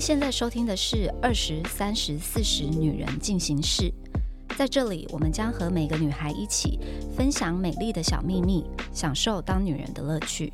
现在收听的是《二十三十四十女人进行式》，在这里，我们将和每个女孩一起分享美丽的小秘密，享受当女人的乐趣。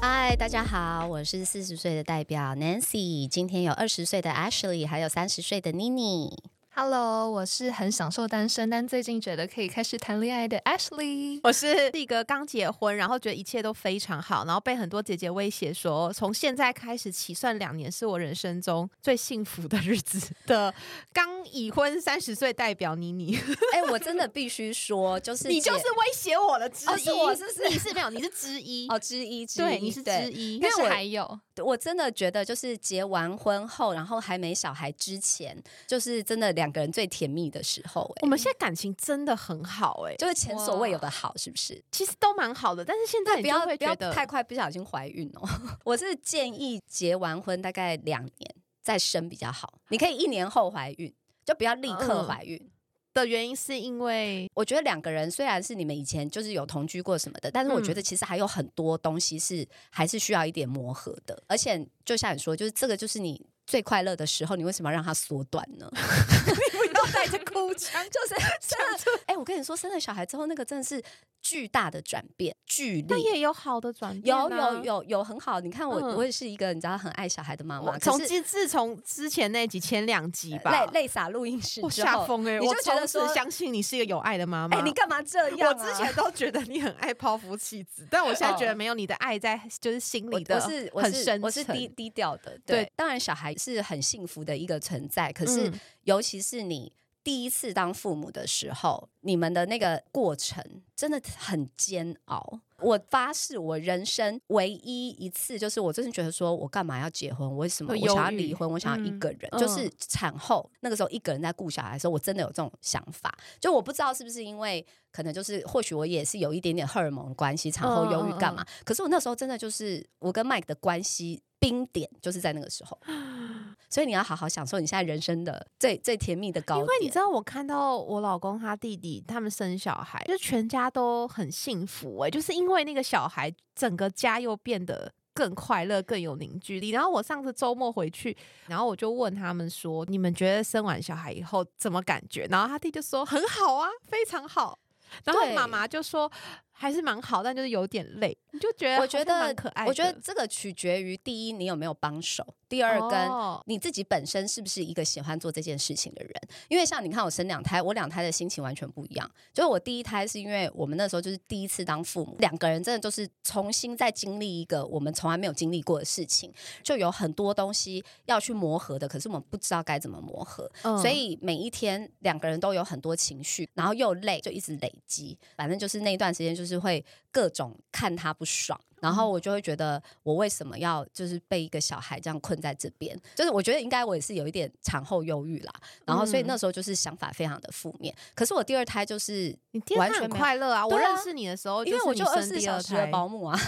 嗨，大家好，我是四十岁的代表 Nancy，今天有二十岁的 Ashley，还有三十岁的 Nini。 Hello，我是很享受单身，但最近觉得可以开始谈恋爱的 Ashley。我是一个刚结婚，然后觉得一切都非常好，然后被很多姐姐威胁说，从现在开始起算两年是我人生中最幸福的日子的。刚已婚三十岁代表妮妮，哎、我真的必须说，就是你就是威胁我的之一，哦是我是不是 你是没有，你是之一，哦之一之一，对，你是之一，因为但是我还有，我真的觉得，就是结完婚后，然后还没小孩之前，就是真的两个人最甜蜜的时候、我哎，们现在感情真的很好哎、就是前所未有的好，是不是？其实都蛮好的，但是现在你不就要会不觉要得太快，不小心怀孕哦。 我是建议结完婚大概两年再生比较好，你可以一年后怀孕，就不要立刻嗯怀孕。的原因是因为我觉得两个人虽然是你们以前就是有同居过什么的，但是我觉嗯得其实还有很多东西是还是需要一点磨合的。而且就像你说，就是这个就是你最快乐的时候，你为什么要让它缩短 呢？不要带着哭腔， 就是真的，哎、我跟你说，生了小孩之后，那个真的是巨大的转变，巨但力。也有好的转变、啊有有。有有很好，你看我、嗯我也是一个你知道很爱小孩的妈妈，我可从是自自从之前那集前两集吧，累累洒录音室我之吓后，疯哎！你我就觉得从说此，相信你是一个有爱的妈妈。哎、你干嘛这样、啊？哦我之前都觉得你很爱 抛夫弃子，但我现在觉得没有你的爱在，就是心我里的我是我很是深我是沉低低调的，对，对当然小孩是很幸福的一个存在，可是嗯尤其是你第一次当父母的时候，你们的那个过程真的很煎熬。我发誓，我人生唯一一次，就是我真的觉得说，我干嘛要结婚？为什么会我想要犹豫离婚？我想要一嗯个人，嗯就是产后那个时候一个人在顾小孩的时候，我真的有这种想法。就我不知道是不是因为可能就是或许我也是有一点点荷尔蒙关系，产后嗯忧郁干嘛？可是我那时候真的就是我跟 Mike 的关系冰点就是在那个时 候，所以你要好好享受你现在人生的最最甜蜜的高因点。为你知道，我看到我老公他弟弟他们生小孩，就全家都很幸福哎、就是因为那个小孩，整个家又变得更快乐、更有凝聚力。然后我上次周末回去，然后我就问他们说：“你们觉得生完小孩以后怎么感觉？”然后他弟就说：“很好啊，非常好。”然后对妈妈就说：“还是蛮好，但就是有点累。”你就觉得我觉好像得蛮可爱的，我觉得这个取决于第一你有没有帮手，第二跟哦你自己本身是不是一个喜欢做这件事情的人？因为像你看我生两胎，我两胎的心情完全不一样。就是我第一胎是因为我们那时候就是第一次当父母，两个人真的就是重新再经历一个我们从来没有经历过的事情，就有很多东西要去磨合的，可是我们不知道该怎么磨合。嗯所以每一天两个人都有很多情绪，然后又累，就一直累积。反正就是那一段时间，就是会各种看他不爽，然后我就会觉得我为什么要就是被一个小孩这样困在这边？就是我觉得应该我也是有一点产后忧郁啦，然后所以嗯那时候就是想法非常的负面。可是我第二胎就是你第完二胎全很没有快乐啊！我对啊认识你的时候，因为我就二二十四小时的保姆啊，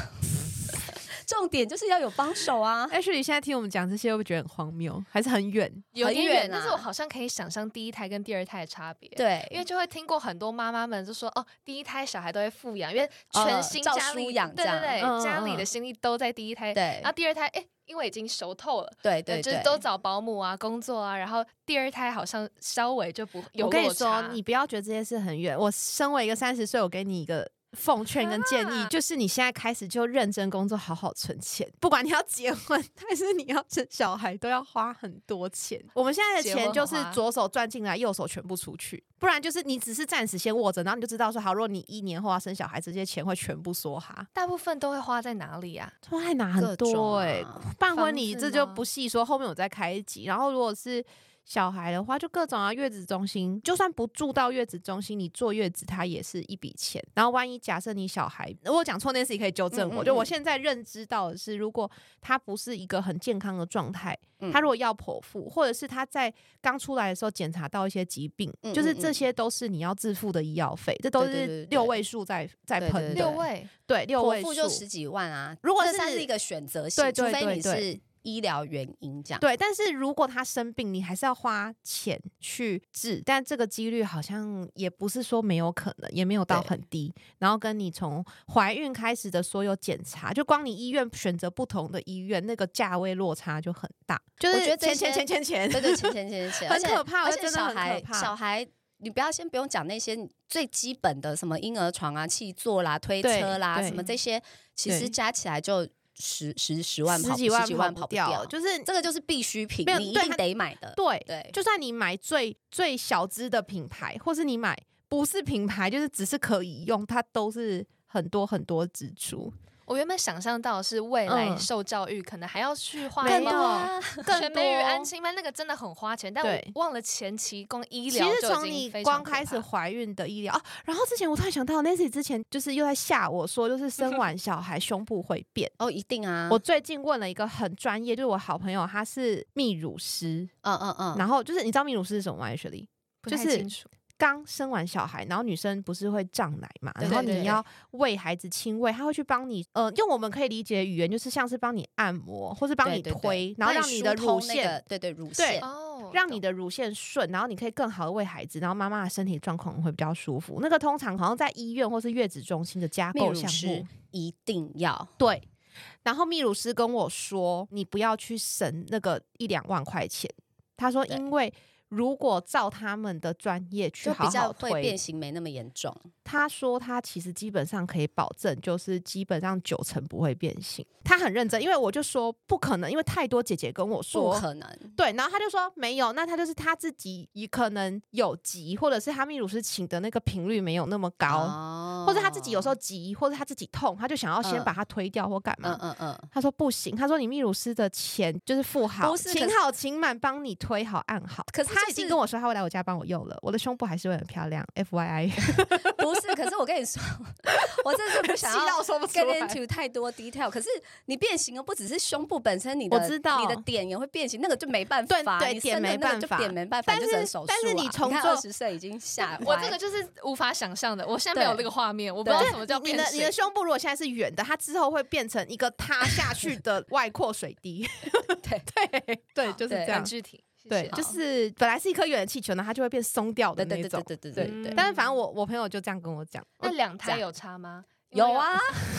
重点就是要有帮手 啊。但是你现在听我们讲这些，会不会觉得很荒谬？还是很远？有点远啊但是我好像可以想象第一胎跟第二胎的差别。。对，因为就会听过很多妈妈们就说哦，第一胎小孩都会富养，因为全心照家里、书养对这对样对，嗯家里嗯的心力都在第一胎，对然后第二胎哎，因为已经熟透了，对对就是对，都找保姆啊、工作啊，然后第二胎好像稍微就不有我跟你落说差，你不要觉得这些事很远。我身为一个三十岁，我给你一个奉劝跟建议，啊就是你现在开始就认真工作，好好存钱。不管你要结婚还是你要生小孩，都要花很多钱。我们现在的结婚钱很就是花左手赚进来，右手全部出去，不然就是你只是暂时先握着，然后你就知道说，好，如果你一年后要生小孩，这些钱会全部梭哈，大部分都会花在哪里啊？哇，还拿各很种多啊哎、欸办房婚礼子这就吗不细说，后面我再开一集。然后如果是小孩的话，就各种啊，月子中心，就算不住到月子中心，你坐月子它也是一笔钱。然后万一假设你小孩，如果讲错那件事，你可以纠正我。嗯嗯就我嗯现在认知到的是，如果他不是一个很健康的状态，嗯他如果要剖腹，或者是他在刚出来的时候检查到一些疾病，嗯就是嗯嗯这些都是你要自付的医药费，这都对对对是对六位数在在对对喷对的六位，对六剖位腹数就十几万啊。如果这是算是一个选择性，对对除非对你对是医疗原因这样。对，但是如果他生病，你还是要花钱去治，但这个几率好像也不是说没有可能，也没有到对很低。然后跟你从怀孕开始的所有检查，就光你医院选择不同的医院，那个价位落差就很大，就我是觉得这钱钱些钱钱钱，对对，钱 钱钱钱，很而且可怕而这且真的小很可孩怕小孩，你不要先不用讲那些最基本的什么婴儿床啊、气座啦、推对车啦，什么对这些，其实对加起来就十十十万跑十不几万十几万跑跑不不掉掉，。就是这个就是必需品没有，你一对定它得买的。对对就算你买最最小资的品牌，或是你买不是品牌，就是只是可以用，它都是很多很多支出，我原本想象到是未来嗯受教育，可能还要去花没什更多有么啊，更全美与安多。亲班那个真的很花钱，但对我忘了前期光医其疗实就已从经你非常光可开始怕怀孕的医疗哦，然后之前我突然想到，Nancy 之前就是又在吓我说，就是生 完小孩胸部会变。哦，一定嗯啊，我最近问了一个很专业，就是我好朋友，他是泌乳师，嗯嗯嗯，然后就是你知道泌乳师是什么吗？Actually，不就太是清楚刚生完小孩，然后女生不是会胀奶嘛，对然后对你对要喂孩子亲喂，他会去帮你，呃，用我们可以理解的语言，就是像是帮你按摩或是帮对你对对推，然后那让你疏的通乳那腺，个对对乳对腺，哦，让你的乳腺顺，然后你可以更好的喂孩子，然后妈妈的身体状况会比较舒服。那个通常好像在医院或是月子中心的加泌购乳项师目，一定要。对。然后泌乳师跟我说，你不要去省那个一两万块钱，他说对因为。如果照他们的专业去就好比较好会推，变形没那么严重，他说他其实基本上可以保证，就是基本上九成不会变性。他很认真，因为我就说不可能，因为太多姐姐跟我不说。可能。对，然后他就说没有，那他就是他自己也可能有急，或者是他泌乳师请的那个频率没有那么高，哦或者他自己有时候急，或者他自己痛，他就想要先嗯把它推掉或干嘛。嗯嗯嗯，他说不行，他说你泌乳师的钱就是付好，不是请可好请满，帮你推好按好。可是他就已经是跟我说他会来我家帮我用了，我的胸部还是会很漂亮。F Y I，不 是，可是我跟你说，我真的是不想气 要到说不出 get 来。 into 太多 detail。可是你变形的不只是胸部本身，你的我知道你的点也会变形，那个就没办法，对对你生的那个点没办法就点没办法，但是你就只能手术、啊。但是你重做二十岁已经吓我歪这个就是无法想象的，我现在没有对那个画面，我不知道对什么叫你变的你形的。胸部如果现在是圆的，它之后会变成一个塌下去的外扩水滴。 对 对对，就是对这样很。具体，哦谢对，谢就好是本来是一颗圆的气球，然后它就会变松掉的对那对对种对。对对对对对，但是反正我我朋友就这样跟我讲，那我两这胎样有差吗？因为有要，啊。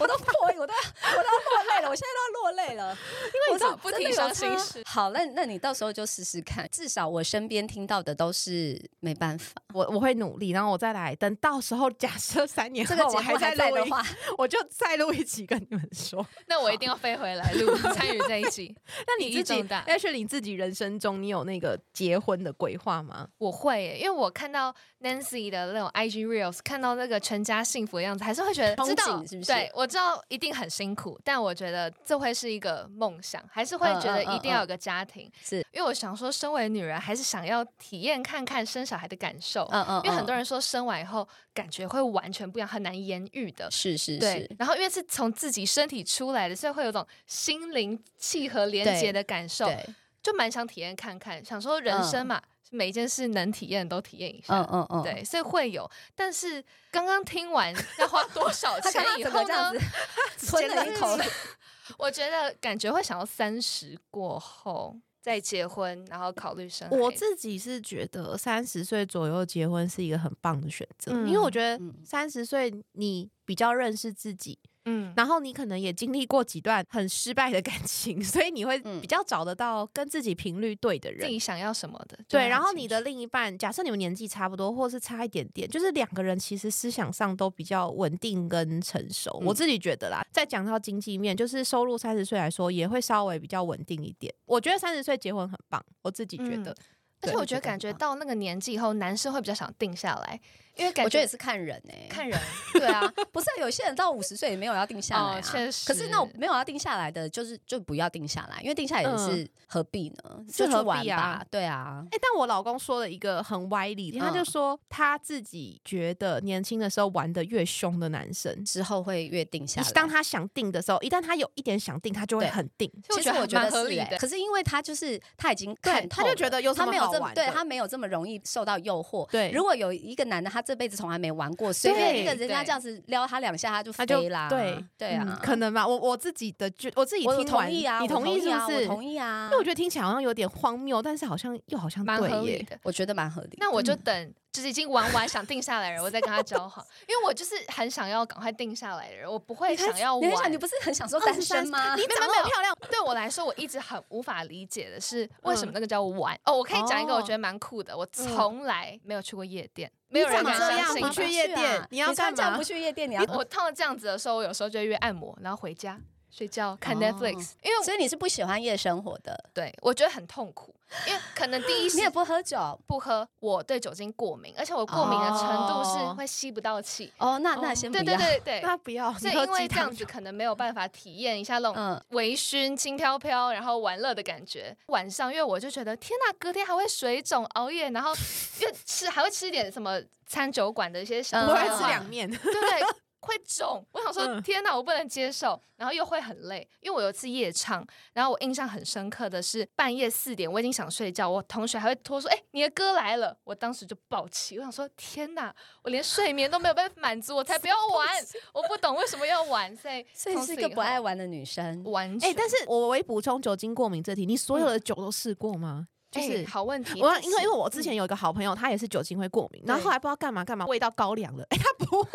我都破，我都要我都要落泪了，我现在都要落泪了，因为你不停伤心事好，那那你到时候就试试看，至少我身边听到的都是没办法。 我我会努力，然后我再来。等到时候假设三年这后个我节目在还在录的音，话，我就再录一集跟你们说。那我一定要飞回来 录参与在一起。那你意义自己重大但是你自己人生中，你有那个结婚的规划吗？我会耶，因为我看到 Nancy 的那种 IG reels，看到那个全家幸福的样子，还是会觉得憧知道憬是不是对，我知道一定很辛苦，但我觉得这会是一个梦想，还是会觉得嗯嗯嗯一定要有个家庭，是因为我想说，身为女人，还是想要体验看看生小孩的感受，哦嗯嗯，因为很嗯多人说生完以后感觉会完全不一样，很难言喻的。是是对是，，然后因为是从自己身体出来的，所以会有种心灵契合连接对的感受，对，就蛮想体验看看。想说人生嘛，每一件事能体验都体验一下嗯，嗯嗯，。对，所以会有。但是刚刚听完要花多少他钱看他以整个后这样呢子？，吞了一口，我觉得感觉会想要三十过后再结婚，然后考虑生孩子。我自己是觉得三十岁左右结婚是一个很棒的选择，嗯因为我觉得嗯三十岁你比较认识自己，嗯，然后你可能也经历过几段很失败的感情，所以你会嗯比较找得到跟自己频率对的自人己。啊想要什么的，就对，让然他后清你的楚另一半，假设你们年纪差不多，或是差一点点，就是两个人其实思想上都比较稳定跟成熟。嗯我自己觉得啦，再讲到经济面，就是收入三十岁来说，也会稍微比较稳定一点。我觉得三十岁结婚很棒，我自己觉得。嗯而且我觉得感觉到那个年纪以后，男生会比较想定下来，因为感我觉得也是看人哎， 看人对啊，不是啊有些人到五十岁也没有要定下来哦啊，，确实。可是那种没有要定下来的，就是就不要定下来，因为定下来也是何必呢？就去嗯何玩必啊吧，对啊，哎、但我老公说了一个很歪理，他就嗯说他自己觉得年轻的时候玩的越凶的男生，之后会越定下来。当他想定的时候，一旦他有一点想定，他就会对很定。其实我觉蛮得合是理欸，的。可是因为他就是他已经对看，透他了，就觉得有什他么没有好这玩对的他没有这么容易受到诱惑。对如果有一个男的他这辈子从来没玩过，随便一个人家这样子撩他两下，他就他就飞啦。对嗯对啊，可能吧。我我自己的就我自己我听同完，意啊，你我同意是啊，不我是？同意啊。因为我觉得听起来好像有点荒谬，但是好像又好像蛮合对理耶。的。我觉得蛮合理的。那我就等，就是已经玩完想定下来的人，我再跟他交好，因为我就是很想要赶快定下来的人，我不会想要你很想，玩你。不是很享受单身吗？你长没有那没有么漂亮，对我来说，我一直很无法理解的是，为嗯什么那个叫玩？哦，我可以讲一个我觉得蛮酷的，我从来没有去过夜店，没有人长敢这样相信不吧。去夜店你要干啊这样嘛不去夜店，你要我通常这样子的时候，我有时候就会约按摩，然后回家睡觉看哦 Netflix，、因为所以你是不喜欢夜生活 的，对我觉得很痛苦，因为可能第一你也是不喝酒不喝，我对酒精过敏，而且我过敏的程度是哦会吸不到气。哦。那哦那先不对要。对对 对，那不要。所以哦你喝因为鸡这样汤子可能没有办法体验一下那种嗯，微醺、轻飘飘，然后玩乐的感觉。晚上，因为我就觉得天呐，隔天还会水肿、熬夜，然后 又吃还会吃一点什么餐酒馆的一些小啊嗯不我会也吃两面，对对，会肿。我想说，嗯天哪，我不能接受，然后又会很累，因为我有一次夜唱，然后我印象很深刻的是半夜四点，我已经想睡觉，我同学还会拖说：“哎、你的歌来了。”我当时就暴气，我想说：“天哪，我连睡眠都没有被满足，我才不要玩，我不懂为什么要玩。”所以， 所以你从是此一个以不爱后玩的女生。完全哎、但是我我也补充酒精过敏这题，你所有的酒都试过吗？就哎是、好问题，我但因为是因为我之前有一个好朋友，他也是酒精会过敏，然后对后来不知道干嘛干嘛，味道高粱了，哎、他不会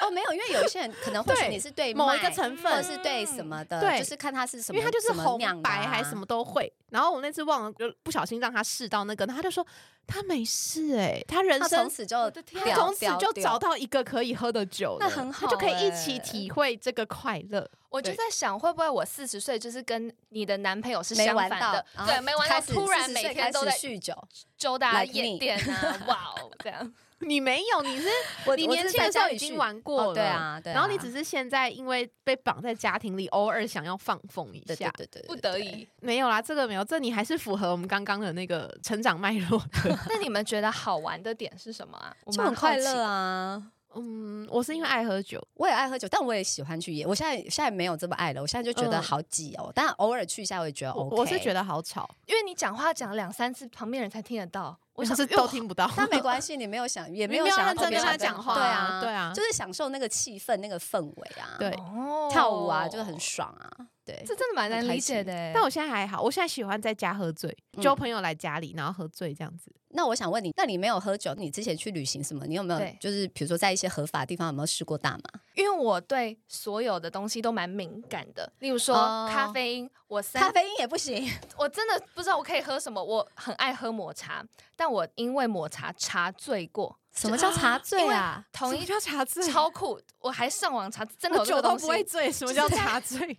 哦，没有，因为有一些人可能或许对你是对某一个麦成或者分，是对什么的，对就是看他是什因么，为他就是怎么红酿的白啊还什么都会。然后我那次忘了，就不小心让他试到那个，然后他就说他没事哎、他人他从生。此就我的天屌他啊从此屌就屌找到一个可以喝的酒了，那很好他就可以一起欸体会这个快乐。我就对在想，会不会我四十岁就是跟你的男朋友是没相玩反到的，，然啊对，后没玩到，开始突然40每岁天开都始在酗酒。周达 like 夜 me 店啊，哇哦，这样。你没有，你是 我你我年是轻在的时家候里已经酗玩过哦了，对啊，对啊。然后你只是现在因为被绑在家庭里，偶尔想要放风一对对下，对对，不对得。对 已。没有啦，这个没有，这你还是符合我们刚刚的那个成长脉络 的。那你们觉得好玩的点是什么啊？我就蛮很好快奇乐啊！嗯，我是因为爱喝酒，我也爱喝酒，但我也喜欢去夜。我现在现在没有这么爱了，我现在就觉得嗯好挤哦。但偶尔去一下，我也觉得我 OK。我是觉得，得好吵，因为你讲话讲两三次，旁边人才听得到。我我想是因为都听不到。但没关系，你没有想，也你没有没有想要认特真别跟想他讲话对啊，对啊就是享受那个气氛、那个氛围啊，对哦跳舞啊，就是很。爽啊，对。这真的蛮难很开理解心的欸。但我现在还好，我现在喜欢在家喝醉，嗯就朋友来家里，然后喝醉这样子。那我想问你，那你没有喝酒，你之前去旅行什么？你有没有对就是比如说在一些合法的地方有没有试过大麻？因为我对所有的东西都蛮敏感的，例如说哦咖啡因，我咖三啡因也不行，我真的不知道我可以喝什么，我很爱喝抹茶，但我因为抹茶茶醉过，什么叫茶醉啊？同一叫茶醉超酷，我还上网查，真的有我这个酒都东西不。会醉，什么叫 茶醉？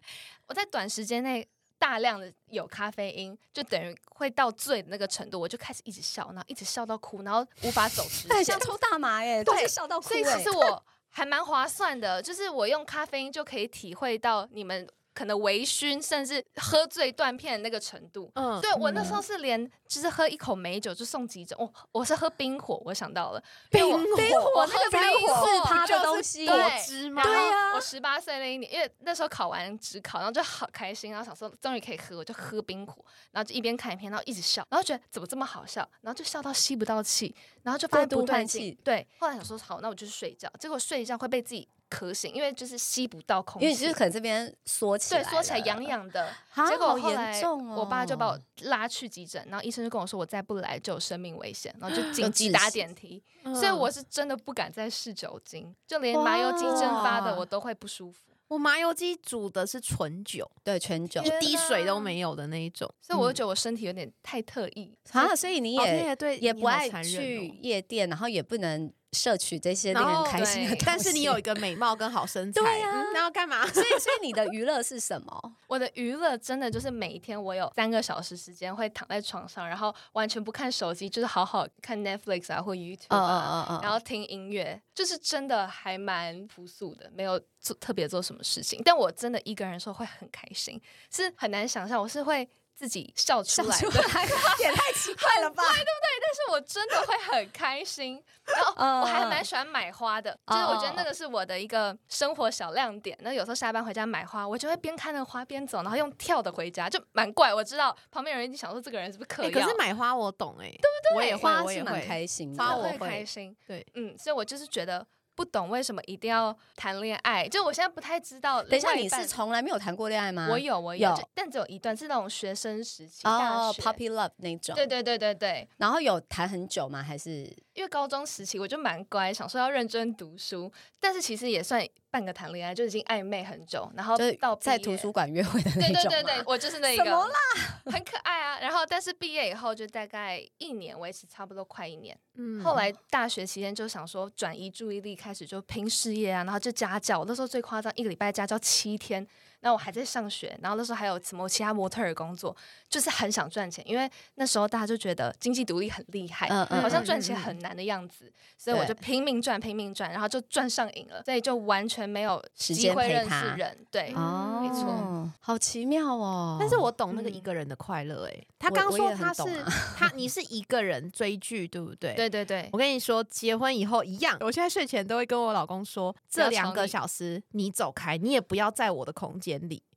我在短时间内大量的有咖啡因，就等于会到醉的那个程度，我就开始一直笑，然后一直笑到哭，然后无法走直那很线像。抽大麻耶，对都是笑到哭欸所以其耶欸实。我还蛮划算的，就是我用咖啡因就可以体会到你们可能微醺甚至喝醉断片的那个程度。嗯，对我那时候是连就是喝一口美酒就送急诊，我、哦我是喝冰火，我想到了冰因为我火我那个才冰火是他就的是东西，果对汁吗？然后对啊我十八岁那一年，因为那时候考完职考，然后就好开心，然后想说终于可以喝，我就喝冰壶，然后就一边看影片，然后一直笑，然后觉得怎么这么好笑，然后就笑到吸不到气，然后就发现过度不对换劲气对，后来想说好，那我就去睡觉，结果睡一觉会被自己咳醒，因为就是吸不到空气，因为你就是可能这边缩起来对了，缩起来痒痒的。啊，结果好后来严重哦！我爸就把我拉去急诊，然后医生就跟我说我再不来就有生命危险，然 后就紧急窒打息点滴。嗯所以我是真的不敢再试酒精，就连麻油鸡蒸发的哇我都会不舒服，我麻油鸡煮的是纯酒，对全酒一天滴哪水都没有的那一种，所以我就嗯觉得我身体有点太特异。啊，所以你哦天也啊对也你不好爱残忍去哦夜店，然后也不能摄取这些然令人后开心的哦东对西。但是你有一，个美貌跟好身材，对啊嗯那要干 嘛？所以所以你的娱乐是什 么？我的娱乐真的就是每一天我有三个小时时间会躺在床上，然后完全不看手机，就是好好看 Netflix 啊或 YouTube 啊。嗯然后听音乐，就是真的还蛮朴素的，没有做特别做什么事情。但我真的一个人的时候会很开心，是很难想象，我是会自己笑出笑来出的，来 也太奇怪了吧？但是我真的会很开心。然后嗯 我还蛮喜欢买花的，嗯就是我觉得那个是我的一个生活小亮点。那有时候下班回家买花，我就会边看那个花边走，然后用跳的回家，就蛮怪。我知道旁边有人一定想说这个人是不是嗑哎可药，是买花我懂哎，对不对我也花会，我是也蛮会。开心花的，我我会会开心。对，嗯，所以我就是觉得不懂为什么一定要谈恋爱，就我现在不太知道。等一下，你是从来没有谈过恋爱吗？我有我有，有就但只有一段是那种学生时期，大哦学。 ，puppy love 那种，对对对对对，然后有谈很久吗？还是因为高中时期我就蛮乖，想说要认真读书，但是其实也算半个谈恋爱，就已经暧昧很久，然后就是到毕在业图书馆约会的那对种对吗？对对，我就是那一个，什么啦很可爱啊。然后但是毕业以后就大概一年，维持差不多快一年。嗯后来大学期间就想说转移注意力，开始就拼事业啊，然后就家教。我那时候最夸张，一个礼拜家教七天。那我还在上学，然后那时候还有什么其他模特儿工作，就是很想赚钱，因为那时候大家就觉得经济独立很厉害，嗯嗯好像嗯赚嗯钱嗯很难的样子，所以我对就拼命赚，拼命赚，然后就赚上瘾了，所以就完全没有时机间会陪认识他人。对，哦，没错，好奇妙哦。但是我懂那个一嗯个人的快乐，哎，他我刚我说也很他是懂 啊他，你是一个人追剧，对不对？对对对，我跟你说，结婚以后一样，我现在睡前都会跟我老公说，要这两吵个你小时你走开，你也不要在我的空间里。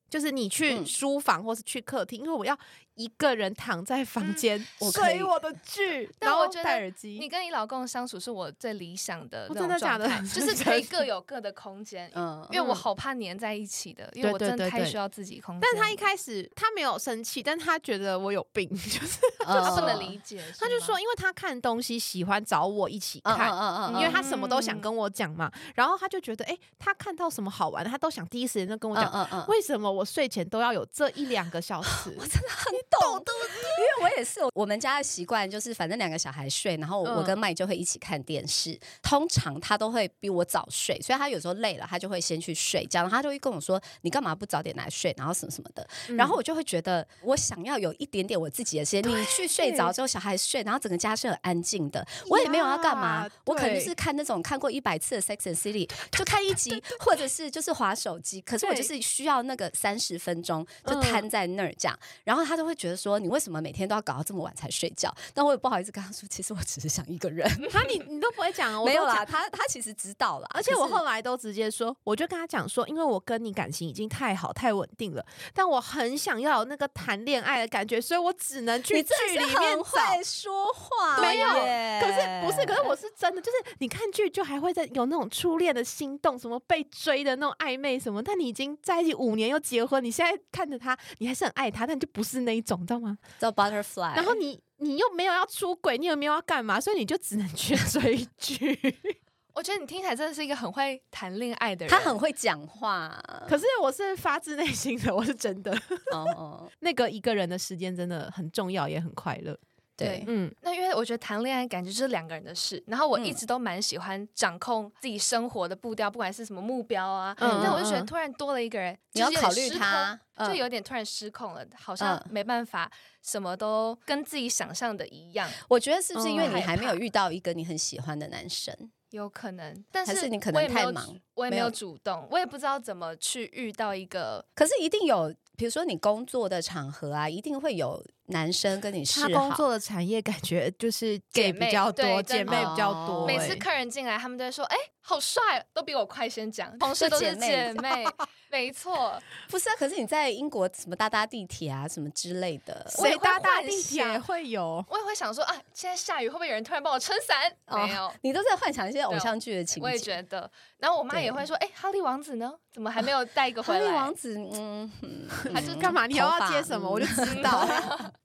就是你去嗯书房或是去客厅，因为我要一个人躺在房间我可以追嗯我的 剧，但然我后觉得戴耳你机。跟你老公的相处是我最理想的哦那种真的假状的态，就是 真的可以假的各有各的空 间，嗯因为我好怕黏在一起的，因为对我对真的对太对需要自己空间。但他一开始他没有生气，但他觉得我有病， 就是他嗯不能理解，他就是说，吗因为他看东西喜欢找我一起嗯嗯看，嗯嗯，因为他什么都想嗯跟我讲嘛，然后他就觉得，哎、他看到什么好玩的，他都想第一时间就跟我嗯讲。嗯嗯，哦为什么我睡前都要有这一两个小时？我真的很懂，对不对？因为我也是，我们家的习惯就是，反正两个小孩睡，然后我嗯我跟麦就会一起看电视。通常他都会比我早睡，所以他有时候累了，他就会先去睡觉，然后他就会跟我说：“你干嘛不早点来睡？”然后什么什么的。嗯然后我就会觉得，我想要有一点点我自己的时间。你去睡着之后，小孩睡，然后整个家是很安静的。我也没有要干嘛呀，我可能就对是看那种看过一百次的《Sex and City》，就看一集，或者是就是划手机。可是我就对是需要那个三十分钟，就嗯瘫在那儿这样。然后他就会觉得说，你为什么每天都要搞到这么晚才睡觉？但我也不好意思跟他说，其实我只是想一个人。他你你都不会讲啊，我没都有啦，讲。他他其实知道啦，而且我可是后来都直接说，我就跟他讲说，因为我跟你感情已经太好太稳定了，但我很想要有那个谈恋爱的感觉，所以我只能去你剧真的是里面很找会。说话，没有哎耶可是不是？可是我是真的，就是你看剧就还会在有那种初恋的心动，什么被追的那种暧昧什么，但你已经在一起五年又结婚，你现在看着他，你还是很爱他，但你就不是那一种，你知道吗？叫 butterfly，哎然后你你又没有要出轨，你也没有要干嘛，所以你就只能去追 剧。我觉得你听起来真的是一个很会谈恋爱的人，他很会讲话，啊可是我是发自内心的，我是真的， 哦哦，那个一个人的时间真的很重要，也很快乐。 哎对，嗯，那因为我觉得谈恋爱感觉就是两个人的事，然后我嗯一直都蛮喜欢掌控自己生活的步调，不管是什么目标啊，嗯但我就觉得嗯突然多了一个人，你要就是有考点虑失控他，就嗯有点突然失控了，好像嗯没办法什么都跟自己想象的一样，我觉得是不是因为嗯你还没有遇到一个你很喜欢的男生？有可能。但还是你可我也能没太有忙主，我也没没有有主动，我也不知道怎么去遇到一个。可是一定有，比如说你工作的场合啊，一定会有男生跟你示他好。工作的产业感觉就是姐 gay 妹比较多，对姐真的妹比较多、哦每哎次客人进来，他们都会说：“哎、好帅！”都比我快先讲，同事都姐是妹姐妹，没错。不是啊？可是你在英国什么搭搭地铁啊，什么之类的，我也谁会搭大幻地铁想会有？我也会想说啊，现在下雨会不会有人突然帮我撑伞？哦没有， 你都在幻想一些偶像剧的情我也节。觉得。然后我妈也对会说，哎、哈利王子呢？怎么 还没有带一个哈回利来？王子，嗯，嗯他就是干嘛？你要要接什么？我就知 道。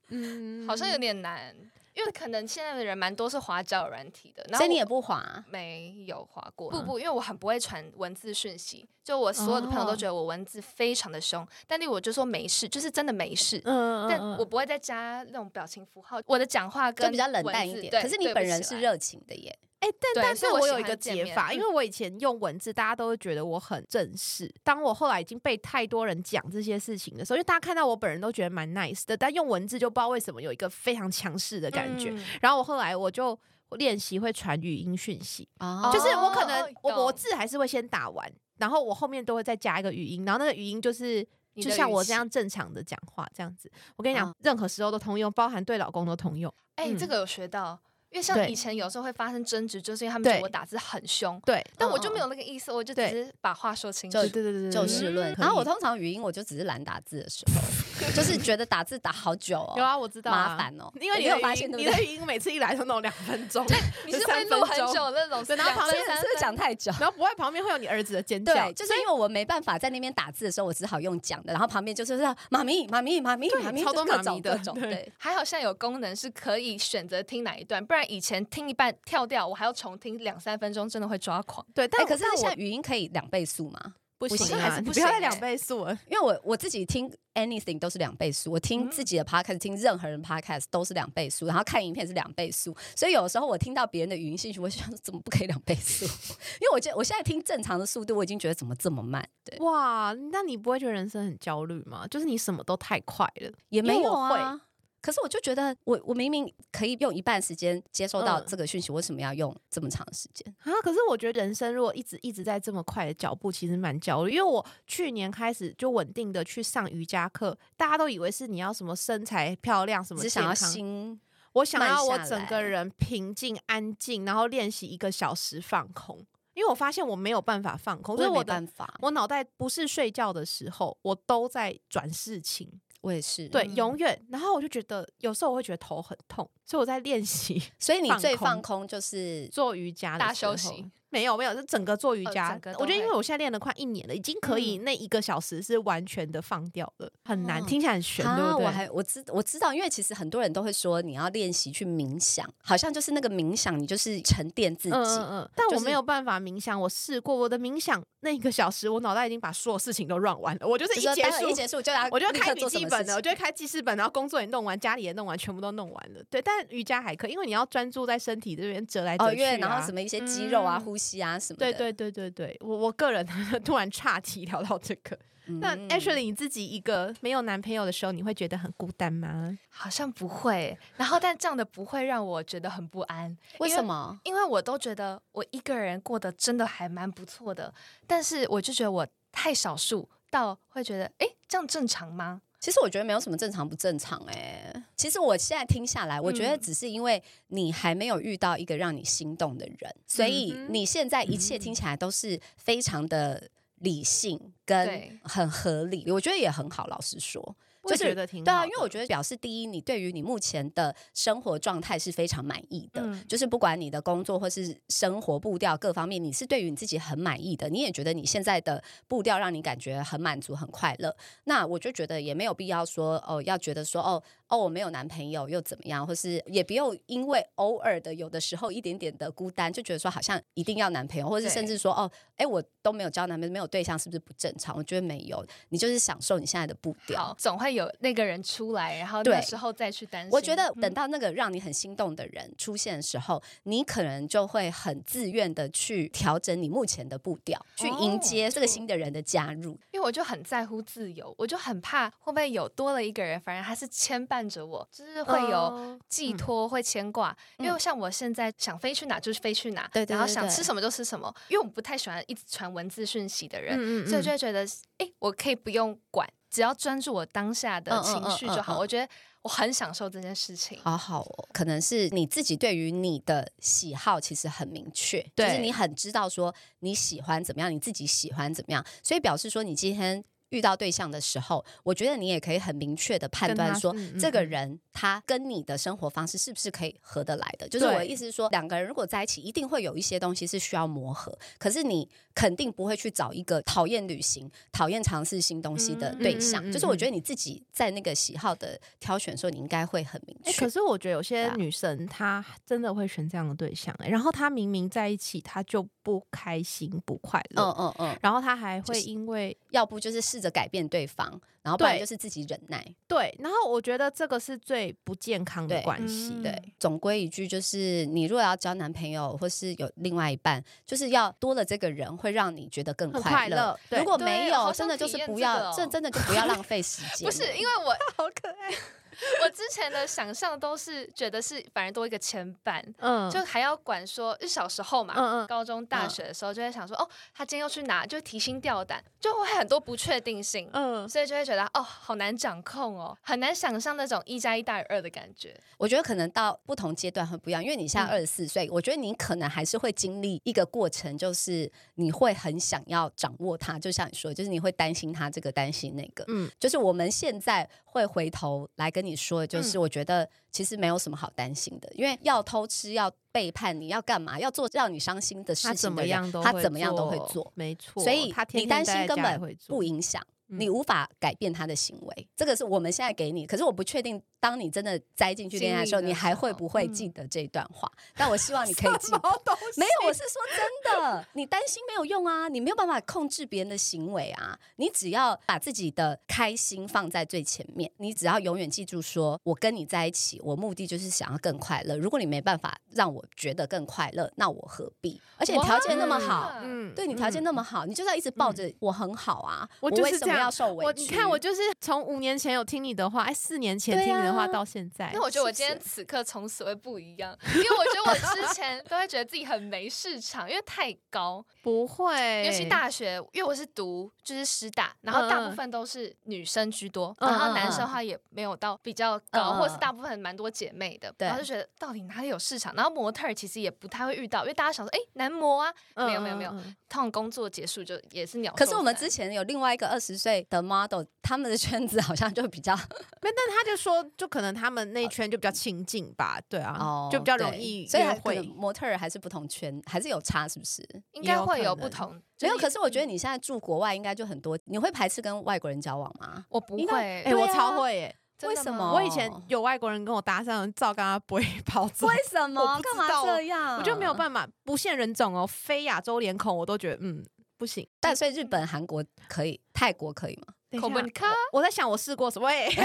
嗯，好像有点难，因为可能现在的人蛮多是滑交友软体的，然所后以你我也不滑，没有滑过。啊不不，因为我很不会传文字讯息，就我所有的朋友都哦觉得我文字非常的凶，但是我就说没事，就是真的没事。嗯，嗯但嗯我不会再加那种表情符号，我的讲话就跟比较冷文淡字一点。对可是你对不本人起是来热情的耶。哎、对但但所是以我我喜有一欢个见解面法，嗯因为我以前用文字，大家都会觉得我很正式。当我后来已经被太多人讲这些事情的时候，因为大家看到我本人都觉得蛮 nice 的，但用文字就不知道为什么有一个非常强势的感觉。嗯然后我后来我就练习会传语音讯息，哦就是我可哦能懂我我字还是会先打完，然后我后面都会再加一个语音，然后那个语音就是你就的像语我这气样正常的讲话这样子，我跟你讲，嗯任何时候都通用，包含对老公都通用。哎、这嗯个有学到，因为像对以前有时候会发生争执，就是因为他们觉得对我打字很凶，对，但嗯我就嗯没有那个意思，我就只对是把话说清楚。就对对对对，就对事嗯论。可然后我以通常语音我就只是懒打字的时候， 就是觉得打字打好久哦， 有啊，我知道、啊，麻烦哦因为你你的有发语现音对不你对的语音每次一来就弄两分钟，你就是会三录分很钟久那种，对然后旁是边不是是不是讲太久？然后不会旁边会有你儿子的尖叫对，，就是因为我没办法在那边打字的时候，我只好用讲的，然后旁边就是说妈咪、妈咪、妈咪、对妈咪，超就多各妈种咪各的种，对对，哎还好现在有功能是可以选择听哪一段，不然以前听一半跳掉，我还要重听两三分钟，真的会抓狂。对，哎，但可是但现在我语音可以两倍速吗？不不行行还啊，是你不不要行再欸两倍速了。因为我我自己听 anything 都是两倍速，我听嗯自己的 podcast、听任何人 podcast 都是两倍速，然后看影片是两倍速，所以有的时候我听到别人的语音信息，我就想说怎么不可以两倍 速？因为我觉得我现在听正常的速度，我已经觉得怎么这么慢？对，嗯哇，那你不会觉得人生很焦虑吗？就是你什么都太快了，也没因为有我会啊。可是我就觉得我，我明明可以用一半时间接收到嗯这个讯息，为什么要用这么长的时间？啊，可是我觉得人生如果一直一直在这么快的脚步，其实蛮焦虑。因为我去年开始就稳定的去上瑜伽课，大家都以为是你要什么身材漂亮，什么只是想要健康新我想慢要我下整来个人平静安静，然后练习一个小时放空，因为我发现我没有办法放空，我所也以没我的办法，我脑袋不是睡觉的时候，我都在转事情，我也是。对，嗯永远。然后我就觉得有时候我会觉得头很痛，所以我在练习所以你放最空放空就是做瑜伽的大时候休息。没有没有，是整个做瑜哦伽整个，都我觉得因会为我现在练了快一年了，已经可以嗯那一个小时是完全的放掉了，很难，哦听起来很悬，对啊，我不对？还我知我知道，因为其实很多人都会说你要练习去冥想，好像就是那个冥想，你就是沉淀自己。嗯嗯嗯，但就我是没有办法冥想，我试过我的冥想那一个小时，我脑袋已经把所有事情都乱完了，我就是就一说结待会束一结束就要我就立开刻笔做什记么本事了，我情就会开记事本，然后工作也弄完，家里也弄完，全部都弄完了。对，但瑜伽还可以，因为你要专注在身体这边折来折去、啊哦，因为然后什么？么一些肌肉啊、嗯呼吸啊什么的。对对对对对，我我个人 突然岔题聊到这个。嗯，那 Ashley 你自己一个没有男朋友的时候，你会觉得很孤单吗？好像不会，然后但这样的不会让我觉得很不安，为因什么？因为我都觉得我一个人过得真的还蛮不错的，但是我就觉得我太少数到会觉得，诶，这样正常吗？其实我觉得没有什么正常不正常哎、其实我现在听下来，我觉得嗯只是因为你还没有遇到一个让你心动的人，所以嗯哼你现在一切听起来都是非常的理性跟对很合理，我觉得也很好。老实说，我就也是觉得挺对啊，好因为我觉得表示第一，你对于你目前的生活状态是非常满意的，嗯就是不管你的工作或是生活步调各方面，你是对于你自己很满意的，你也觉得你现在的步调让你感觉很满足、很快乐。那我就觉得也没有必要说哦，要觉得说哦哦，我没有男朋友又怎么样，或是也不用因为偶尔的有的时候一点点的孤单，就觉得说好像一定要男朋友，或是对甚至说哦，哎，我都没有交男朋友，没有对象，是不是不正常？我觉得没有，你就是享受你现在的步调。好，总会有那个人出来，然后对那时候再去担心。我觉得嗯等到那个让你很心动的人出现的时候，你可能就会很自愿的去调整你目前的步调，去哦迎接嗯这个新的人的加入。因为我就很在乎自由，我就很怕会不会有多了一个人，反而他是牵绊着我，就是会有哦寄托，会牵挂。嗯因为像我现在想飞去哪就是飞去哪，对对对然后想对吃什么就吃什么，因为我不太喜欢一直传文字讯息的人，嗯嗯所以就嗯会觉得，哎、我可以不用管，只要专注我当下的嗯嗯情嗯绪就好。嗯嗯我觉得我很享受这件事情。好好哦，可能是你自己对于你的喜好其实很明确，就对是你很知道说你喜欢怎么样，你自己喜欢怎么样，所以表示说你今天遇到对象的时候，我觉得你也可以很明确的判跟断他说嗯嗯这个嗯人他跟你的生活方式是不是可以合得来的。就是我的对意思是说，两个人如果在一起，一定会有一些东西是需要磨合，可是你肯定不会去找一个讨厌旅行、讨厌尝试新东西的嗯对嗯象。嗯就是我嗯觉得你自己在那个喜好的挑选的时候，你应该会很明哎、确。可是我觉得有些啊女生她真的会选这样的对象、欸，然后她明明在一起，她就不开心、不快乐，嗯嗯嗯，然后她还就会是因为要不就是试着改变对方，然后不然对就是自己忍耐。对，然后我觉得这个是最不健康的对关系。嗯对，总归一句就是，你如果要交男朋友或是有另外一半，就是要多了这个人，会让你觉得更很快快乐对如果对没好有，想真的就体是验不这要，个哦这真的就不要浪费时间 不了。是因为我 好可爱！ 我之前的想象都是觉得是反正多一个牵绊，嗯，就还要管说，就小时候嘛，嗯嗯高中、大嗯学的时候就会想说，哦，他今天又去哪，就提心吊胆，就会很多不确定性，嗯，所以就会觉得哦，好难掌控哦，很难想象那种一加一大于二的感觉。我觉得可能到不同阶段会不一样，因为你现在嗯二十四岁，我觉得你可能还是会经历一个过程，就是你会很想要掌握它，就像你说的，就是你会担心它这个，担心那个。嗯就是我们现在会回头来跟你说，嗯就是我觉得其实没有什么好担心的，因为要偷吃、要背叛你、要干嘛、要做让你伤心的他事怎情的么人样都他怎么样都会做，没错。所以他天你天担待心在根家也本会不做，影响。嗯你无法改变他的行为，这个是我们现在给你。可是我不确定，当你真的栽进去恋爱的时候，经历你的时候还会不会记得这段话？但我希望 你可以记嗯什得。么东西没有，我是说真的，你担心没有用啊，你没有办法控制别人的行为啊。你只要把自己的开心放在最前面，你只要永远记住说，我跟你在一起，我目的就是想要更快乐。如果你没办法让我觉得更快乐，那我何必？而且你条件那么好。哇，嗯对你条件那么。么好，你就是要一直抱着我很好啊，嗯我就是为什么这样要受我委屈？你看，我就是从五年前有听你的话，哎，四年前对听你的话啊到现在，那我觉得我是不今天是此刻从此会不一样，因为我觉得我之前都会觉得自己很没市场，因为太 高，不会，尤其大学，因为我是读就是师大，然后大嗯部嗯分都是女生居多，嗯然后嗯男生的嗯话也没有到比较高，嗯嗯或者是大部分蛮多姐妹的，对然后就觉得到底哪里有市场？然后模特儿其实也不太会遇到，因为大家想说，哎，男模啊，嗯没有没有没有嗯嗯通常工作结束就也是鸟兽散。可是我们之前有另外一个二十岁的 model，他们的圈子好像就比较没，但他就说，就可能他们那一圈就比较亲近吧，对啊，哦，就比较容对易所以约还可能会。模特儿还是不同圈，还是有差，是不是？应也该有会可有不能同，没有，就嗯可是我嗯觉得你现在住国外，应该就很多。你会排斥跟外国人交往吗？我不应该会哎、对我啊超会耶、真的为什吗么 我以前有外国人跟我搭讪，照跟他不会 跑走。什 我不知干嘛道这样？我就没有。办法，不限人种哦，非亚洲脸孔我都觉得嗯不行。但所以日本、韩国可以，泰国可以吗？等一口下吻卡我我在想我试过什么，喂， 没有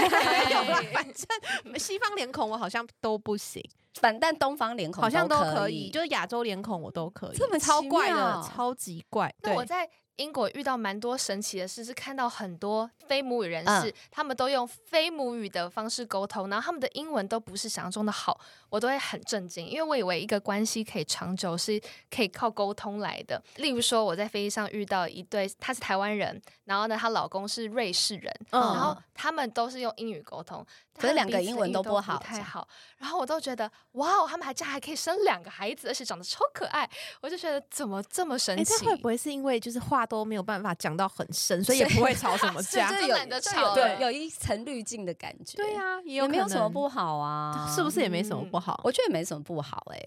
啦哎反正西方脸孔我好像都不行，反但东方脸孔好像都可以，就是亚洲脸孔我都可以，这么超奇怪的妙，超级怪。那我对在英国遇到蛮多神奇的事，是看到很多非母语人士，嗯他们都用非母语的方式沟通，然后他们的英文都不是想象中的好，我都会很震惊，因为我以为一个关系可以长久是可以靠沟通来的。例如说，我在飞机上遇到一对，她是台湾人，然后呢，她老公是瑞士人，嗯然哦后他们都是用英语沟通，可是他们两个彼此英文的都不不好太好。然后我都觉得，哇哦，他们还家还可以生两个孩子，而且长得超可爱，我就觉得怎么这么神哎，奇？这会不会是因为就是话都没有办法讲到很深，所以也不 会吵什么就架？是就都有懒得就吵有了对有一层滤镜的感觉。对，啊，也也没有什么可能不好啊，是不是也没什么嗯不好？我觉得也没什么不好哎、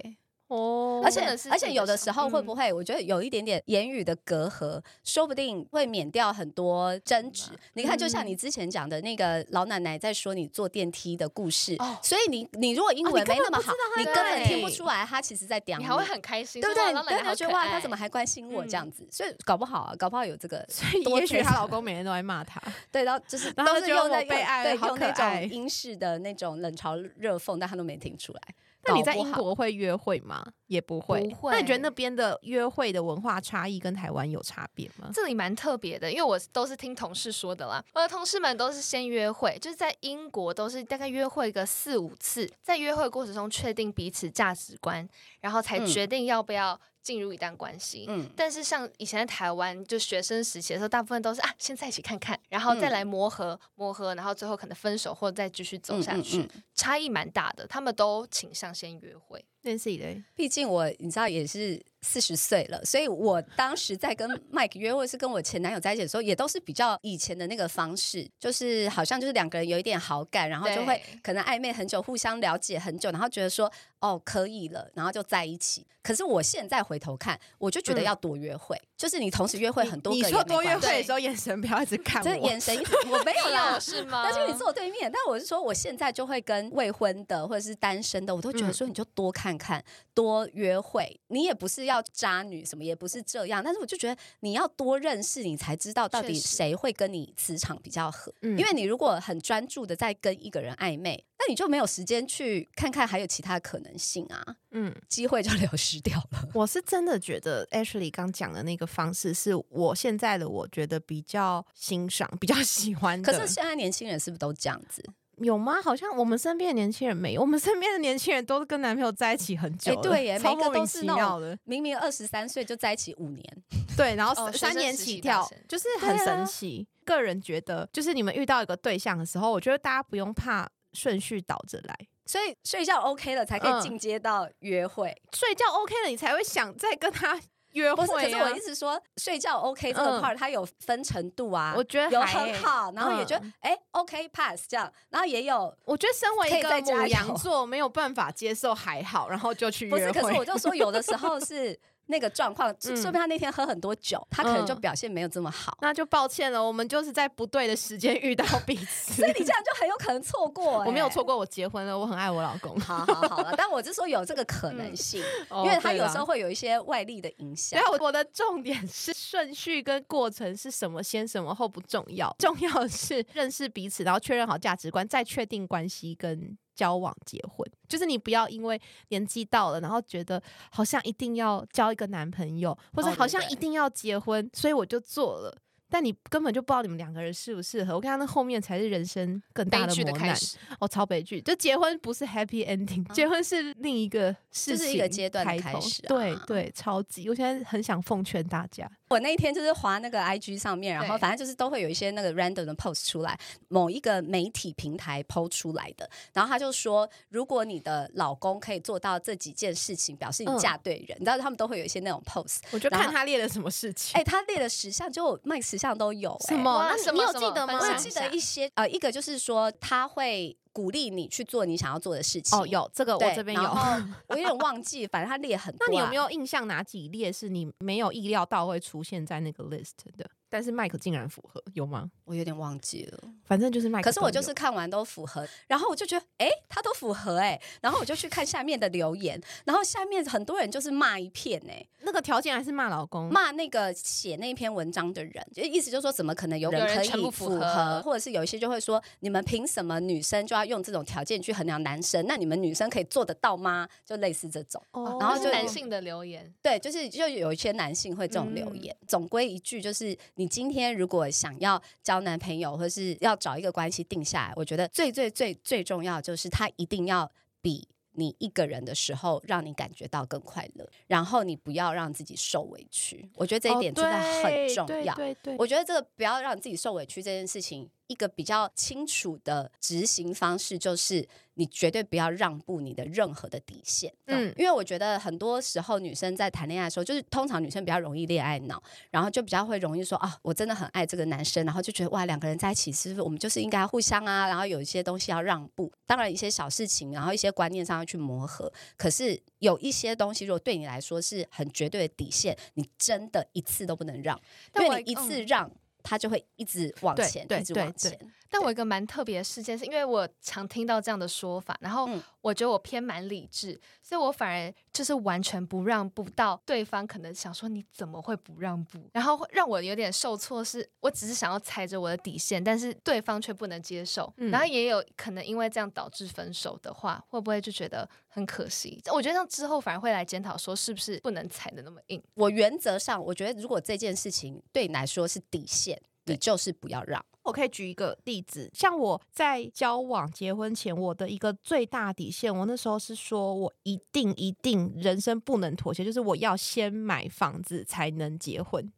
哦而真且的是而自且己有的的想时候会嗯不会，我觉得有一点点言语的隔阂，说不定会免掉很多争执。你看，就像你之前讲的那个老奶奶在说你坐电梯的故事哦，所以你你如果英哦你文根没那本么不知好，你根本听不对出来她其实在讲你还会很开心，对不说哇对？老你奶奶真好的觉得可哇，爱她怎么还关心我这样子？所以搞不好啊，搞不好有这个 所以多也许缺她少老公每天都在骂 她。对，然后就是然后都她是觉得用我那被用爱对好用可那爱种英式的那种冷嘲热讽，但她都没听出来。那你搞在不英好国会约会吗？也不会。不那你觉得会那边的约会的文化差异跟台湾有差别吗？这里蛮特别的，因为我都是听同事说的啦。我的同事们都是先约会，就是在英国都是大概约会个四五次，在约会过程中确定彼此价值观，然后才嗯决定要不要进入一段关系。嗯，但是像以前在台湾，就学生时期的时候，大部分都是啊，先在一起看看，然后再嗯来磨合、磨合，然后最后可能分手或者再继续走嗯下嗯去，嗯差异蛮大的。他们都倾向先约会，那是嘞，毕竟我你知道也是四十岁了，所以我当时在跟 Mike 约会是跟我前男友在一起的时候，也都是比较以前的那个方式，就是好像就是两个人有一点好感，然后就会对可能暧昧很久，互相了解很久，然后觉得说哦可以了，然后就在一起。可是我现在回头看，我就觉得嗯要多约会，就是你同时约会很多个你也说没多约关系会的时候，眼神不要一直看就是我。眼神一直我 没有啦 有。是吗？但是你坐我对面，但我是说，我现在就会跟未婚的或者是单身的，我都觉得嗯说，你就多看看，多约会。你也不是要渣女什么，也不是这样，但是我就觉得你要多认识，你才知道到确底实谁会跟你磁场比较合。嗯因为你如果很专注的在跟一个人暧昧，那你就没有时间去看看还有其他的可能性啊，嗯，机会就流失掉了。我是真的觉得 Ashley 刚讲的那个方式，是我现在的我觉得比较欣赏、比较喜欢的。 可是现在年轻人是不是都这样子？有吗？好像我们身边的年轻人没有，我们身边的年轻人都是跟男朋友在一起很久哎了，对耶超每个莫名都是其那种妙的，明明二十三岁就在一起五年，对，然后哦三学三生年时起期跳发生，就是对很啊神奇。个人觉得，就是你们遇到一个对象的时候，我觉得大家不用怕顺序倒着来，所以睡觉 OK 了才可以嗯进阶到约会。睡觉 OK 了，你才会想再跟他约不会、是，啊。可是我一直说睡觉 OK 这个嗯 part 它有分程度啊，我觉得有还很欸好，然后也觉得嗯哎 OK pass 这样，然后也有我觉得身为可以一个再加母油羊座没有办法接受还好，然后就去约不是，会。可是我就说有的时候 是那个状况，说嗯说明他那天喝很多酒，他可能就嗯，表现没有这么好那就抱歉了，我们就是在不对的时间遇到彼此 所。以你欸这样就很有可能错过。我没有欸。错。过，我结婚了，我很爱我老公好好好了，但我是说有这个嗯可能性，哦因为他有时候会有一些外力的影响对啊，。我我的重点是顺序跟过程是什么先什么后不重要，重要的是认识彼此，然后确认好价值观，再确定关系跟交往、结婚。就是你不要因为年纪到了，然后觉得好像一定要交一个男朋友，或者哦对好像对一定要结婚，所以我就做了。但你根本就不知道你们两个人适不适合，我看到那后面才是人生更悲大的剧的磨开难。始，哦，超悲剧！就结婚不是 happy ending，、啊结婚是另一个事情，就是一个阶段的开开头始啊对对，超级！我现在很想奉劝大家，我那一天就是滑那个 IG 上面，然后对反正就是都会有一些那个 random 的 post 出来，某一个媒体平台 PO 出来的。然后他就说，如果你的老公可以做到这几件事情，表示你嗯嫁对人。你知道他们都会有一些那种 post，我就然看后他列了什么事情。哎、他列了十项，就卖十项都有、哎什么？哇那你哦什么你有什么记得分吗？我享记一得下一些呃，一个就是说他会鼓励你去做你想要做的事情。哦，，有这个，我对这边然有。后我有点忘记，反正他列很多、那啊。你有没有印象哪几列是你没有意料到会出现在那个 list 的？但是麦克竟然符合，有吗？我有点忘记了。反正就是麦克可都是有。我就是看完都符合，然后我就觉得，哎、他都符合哎、然后我就去看下面的留言，然后下面很多人就是骂一片哎、那个条件还是骂老公，骂那个写那篇文章的人，就意思就是说，怎么可能有有人可以全部符符合或者是有一些就会说，你们凭什么女生就要用这种条件去衡量男生？那你们女生可以做得到吗？就类似这种，哦然后那就是男性的留言，对，就是就有一些男性会这种留嗯言。总归一句，就是你今天如果想要交男朋友，或是要找一个关系定下来，我觉得最最最最重要就是他一定要比。你一个人的时候，让你感觉到更快乐，然后你不要让自己受委屈。我觉得这一点真的很重要。哦对对对对，我觉得这个不要让自己受委屈这件事情，一个比较清楚的执行方式就是，你绝对不要让步你的任何的底线。嗯嗯，因为我觉得很多时候女生在谈恋爱的时候，就是通常女生比较容易恋爱脑，然后就比较会容易说啊，我真的很爱这个男生，然后就觉得哇，两个人在一起是不是我们就是应该互相啊，然后有一些东西要让步，当然一些小事情，然后一些观念上要去磨合。可是有一些东西，如果对你来说是很绝对的底线，你真的一次都不能让。但因我为你一嗯次让，它就会一直往对前，对一直对往对前。但我有一个蛮特别的事件，是因为我常听到这样的说法，然后嗯我觉得我偏蛮理智，所以我反而就是完全不让步到对方可能想说你怎么会不让步，然后会让我有点受挫是，我只是想要踩着我的底线，但是对方却不能接受，嗯然后也有可能因为这样导致分手的话，会不会就觉得很可惜？我觉得这样之后反而会来检讨说是不是不能踩的那么硬，我原则上，我觉得如果这件事情对你来说是底线，你就是不要让。我可以举一个例子，像我在交往、结婚前，我的一个最大底线，我那时候是说我一定一定人生不能妥协，就是我要先买房子才能结婚。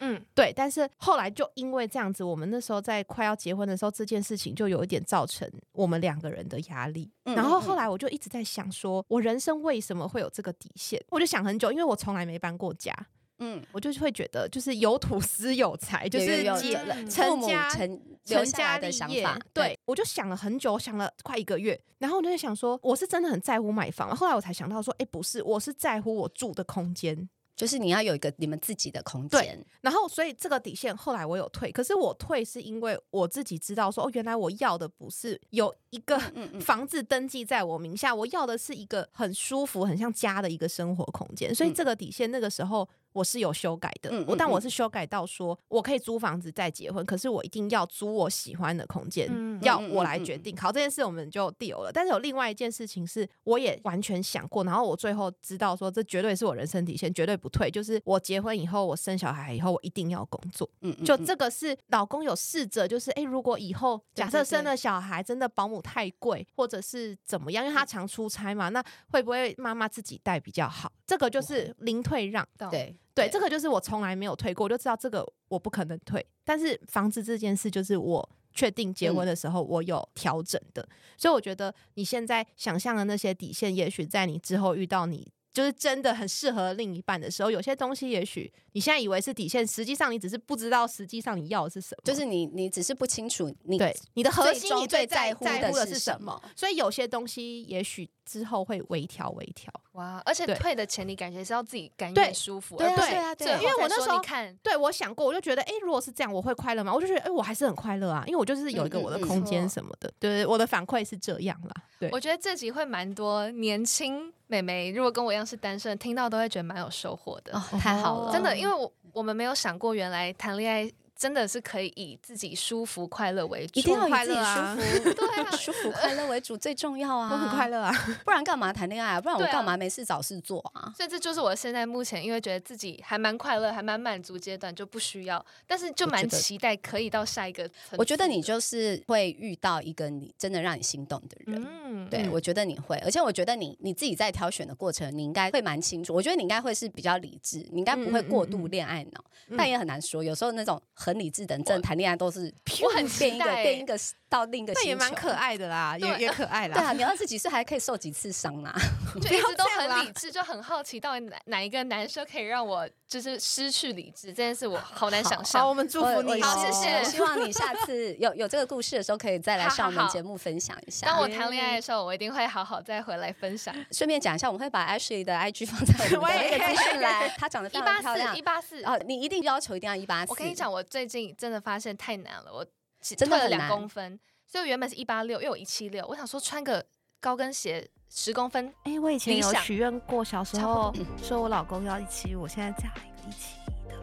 嗯，对，但是后来就因为这样子，我们那时候在快要结婚的时候，这件事情就有一点造成我们两个人的压力。嗯然后嗯后来我就一直在想说，我人生为什么会有这个底线？我就想很久，因为我从来没搬过家，嗯，我就会觉得就是有土 司有财，就有是有有结有了成父母家成留成下家来立的想业法，对，我就想了很久，想了快一个月，然后我就在想说，我是真的很在乎买房。后来我才想到说，哎、不是，我是在乎我住的空间。就是你要有一个你们自己的空对间。然后，所以这个底线后来我有退，可是我退是因为我自己知道说，哦，原来我要的不是有一个嗯嗯房子登记在我名下，我要的是一个很舒服、很像家的一个生活空间。所以嗯这个底线那个时候我是有修改的，嗯我但嗯嗯我是修改到说我可以租房子再结婚，可是我一定要租我喜欢的空间，嗯要嗯嗯我来嗯决嗯定。好，这件事我们就 deal 了。但是有另外一件事情是，我也完全想过，然后我最后知道说，这绝对是我人生底线，绝对不退。就是我结婚以后，我生小孩以后，我一定要工作。嗯，就嗯这个是老公有试着，就是哎、诶如果以后对假设对生对了小孩，真的保姆太贵，或者是怎么样，因为他嗯常出差嘛，那会不会妈妈自己带比较好？这个就不会是零退让。懂对对，这个就是我从来没有退过，我就知道这个我不可能退。但是房子这件事，就是我确定结嗯婚的时候我有调整的，所以我觉得你现在想象的那些底线，也许在你之后遇到你。就是真的很适合另一半的时候，有些东西也许你现在以为是底线，实际上你只是不知道，实际上你要的是什么。就是你你只是不清楚你嗯对你的核最心，终你最在在乎在的乎的是是什什么么。所以有些东西也许之后会微调微调。哇！而且对退的前提感觉是要自己甘对愿舒服，对而啊不是对啊对最啊后因为我再那说时候你看，对我想过，我就觉得，哎、如果是这样，我会快乐吗？我就觉得，哎、我还是很快乐啊，因为我就是有一个嗯嗯我的嗯空间错什么的。对对，我的反馈是这样啦。对，我觉得这集会蛮多年轻美眉，如果跟我一样是单身，听到都会觉得蛮有收获的。哦，太好哦了，真的，因为我我们没有想过，原来谈恋爱真的是可以以自己舒服快乐为主。一定要快以自己乐啊舒 服对啊，舒服快乐为主最重要 啊，我很快乐啊。不然干嘛谈恋爱啊？不然我对啊干嘛没事找事做啊？所以这就是我现在目前，因为觉得自己还蛮快乐，还蛮满足阶段，就不需要，但是就我觉蛮得期待可以到下一个层次我觉得你就是会遇到一个你真的让你心动的人。嗯，对，我觉得你会，而且我觉得你你自己在挑选的过程，你应该会蛮清楚。我觉得你应该会是比较理智，你应该不会嗯过度恋爱脑，嗯但也很难说。有时候那种很理智的人，真的谈恋爱都是 我很期变一个待欸变一 个到另一个但星球，啊也蛮可。爱的啦，也对也可爱对啦。啊， 你二十几岁还可以受几次伤啊啦、就一直都不要这样啦很理智，就很好奇到底哪哪一个男生可以让我就是失去理智这件事，我好难想好，象我。们祝我福我你、哦。好谢谢我 希望你下次有有这个故事的时候，可以再来上我好们好好节目分享一下。当我谈恋爱的时候，我一定会好好再回来分享。顺便讲一下，我们会把 Ashley 的 IG 放在我们 的那个资讯栏，她长得非一常八漂四，亮一。八四，哦，你一定要求一定要一八四。我跟你，讲，我最近真的发现太难了，我只真的退了很两难公分，所以我原本是一八六，因为我一七六，我想说穿个高跟鞋十公分，哎、我以前理有想许愿过，小时差不候说我老公要一七五，我现在嫁了一个一七一的。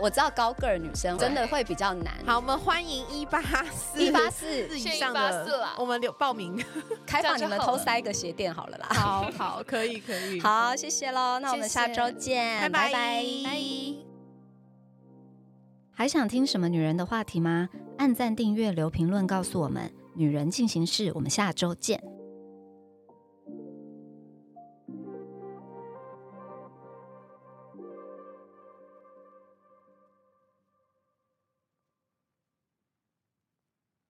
我知道高个儿女生真的会比较难。好，我们欢迎一八四一八四以限上184的啦，我们留报名。开这样放就你们好偷了嗯塞个鞋垫好了啦。 好好，可以可以，，好，谢谢喽，那我们谢下谢周见，拜拜拜拜还想听什么女人的话题吗？按赞、订阅、留评论，告诉我们。女人进行式，我们下周见。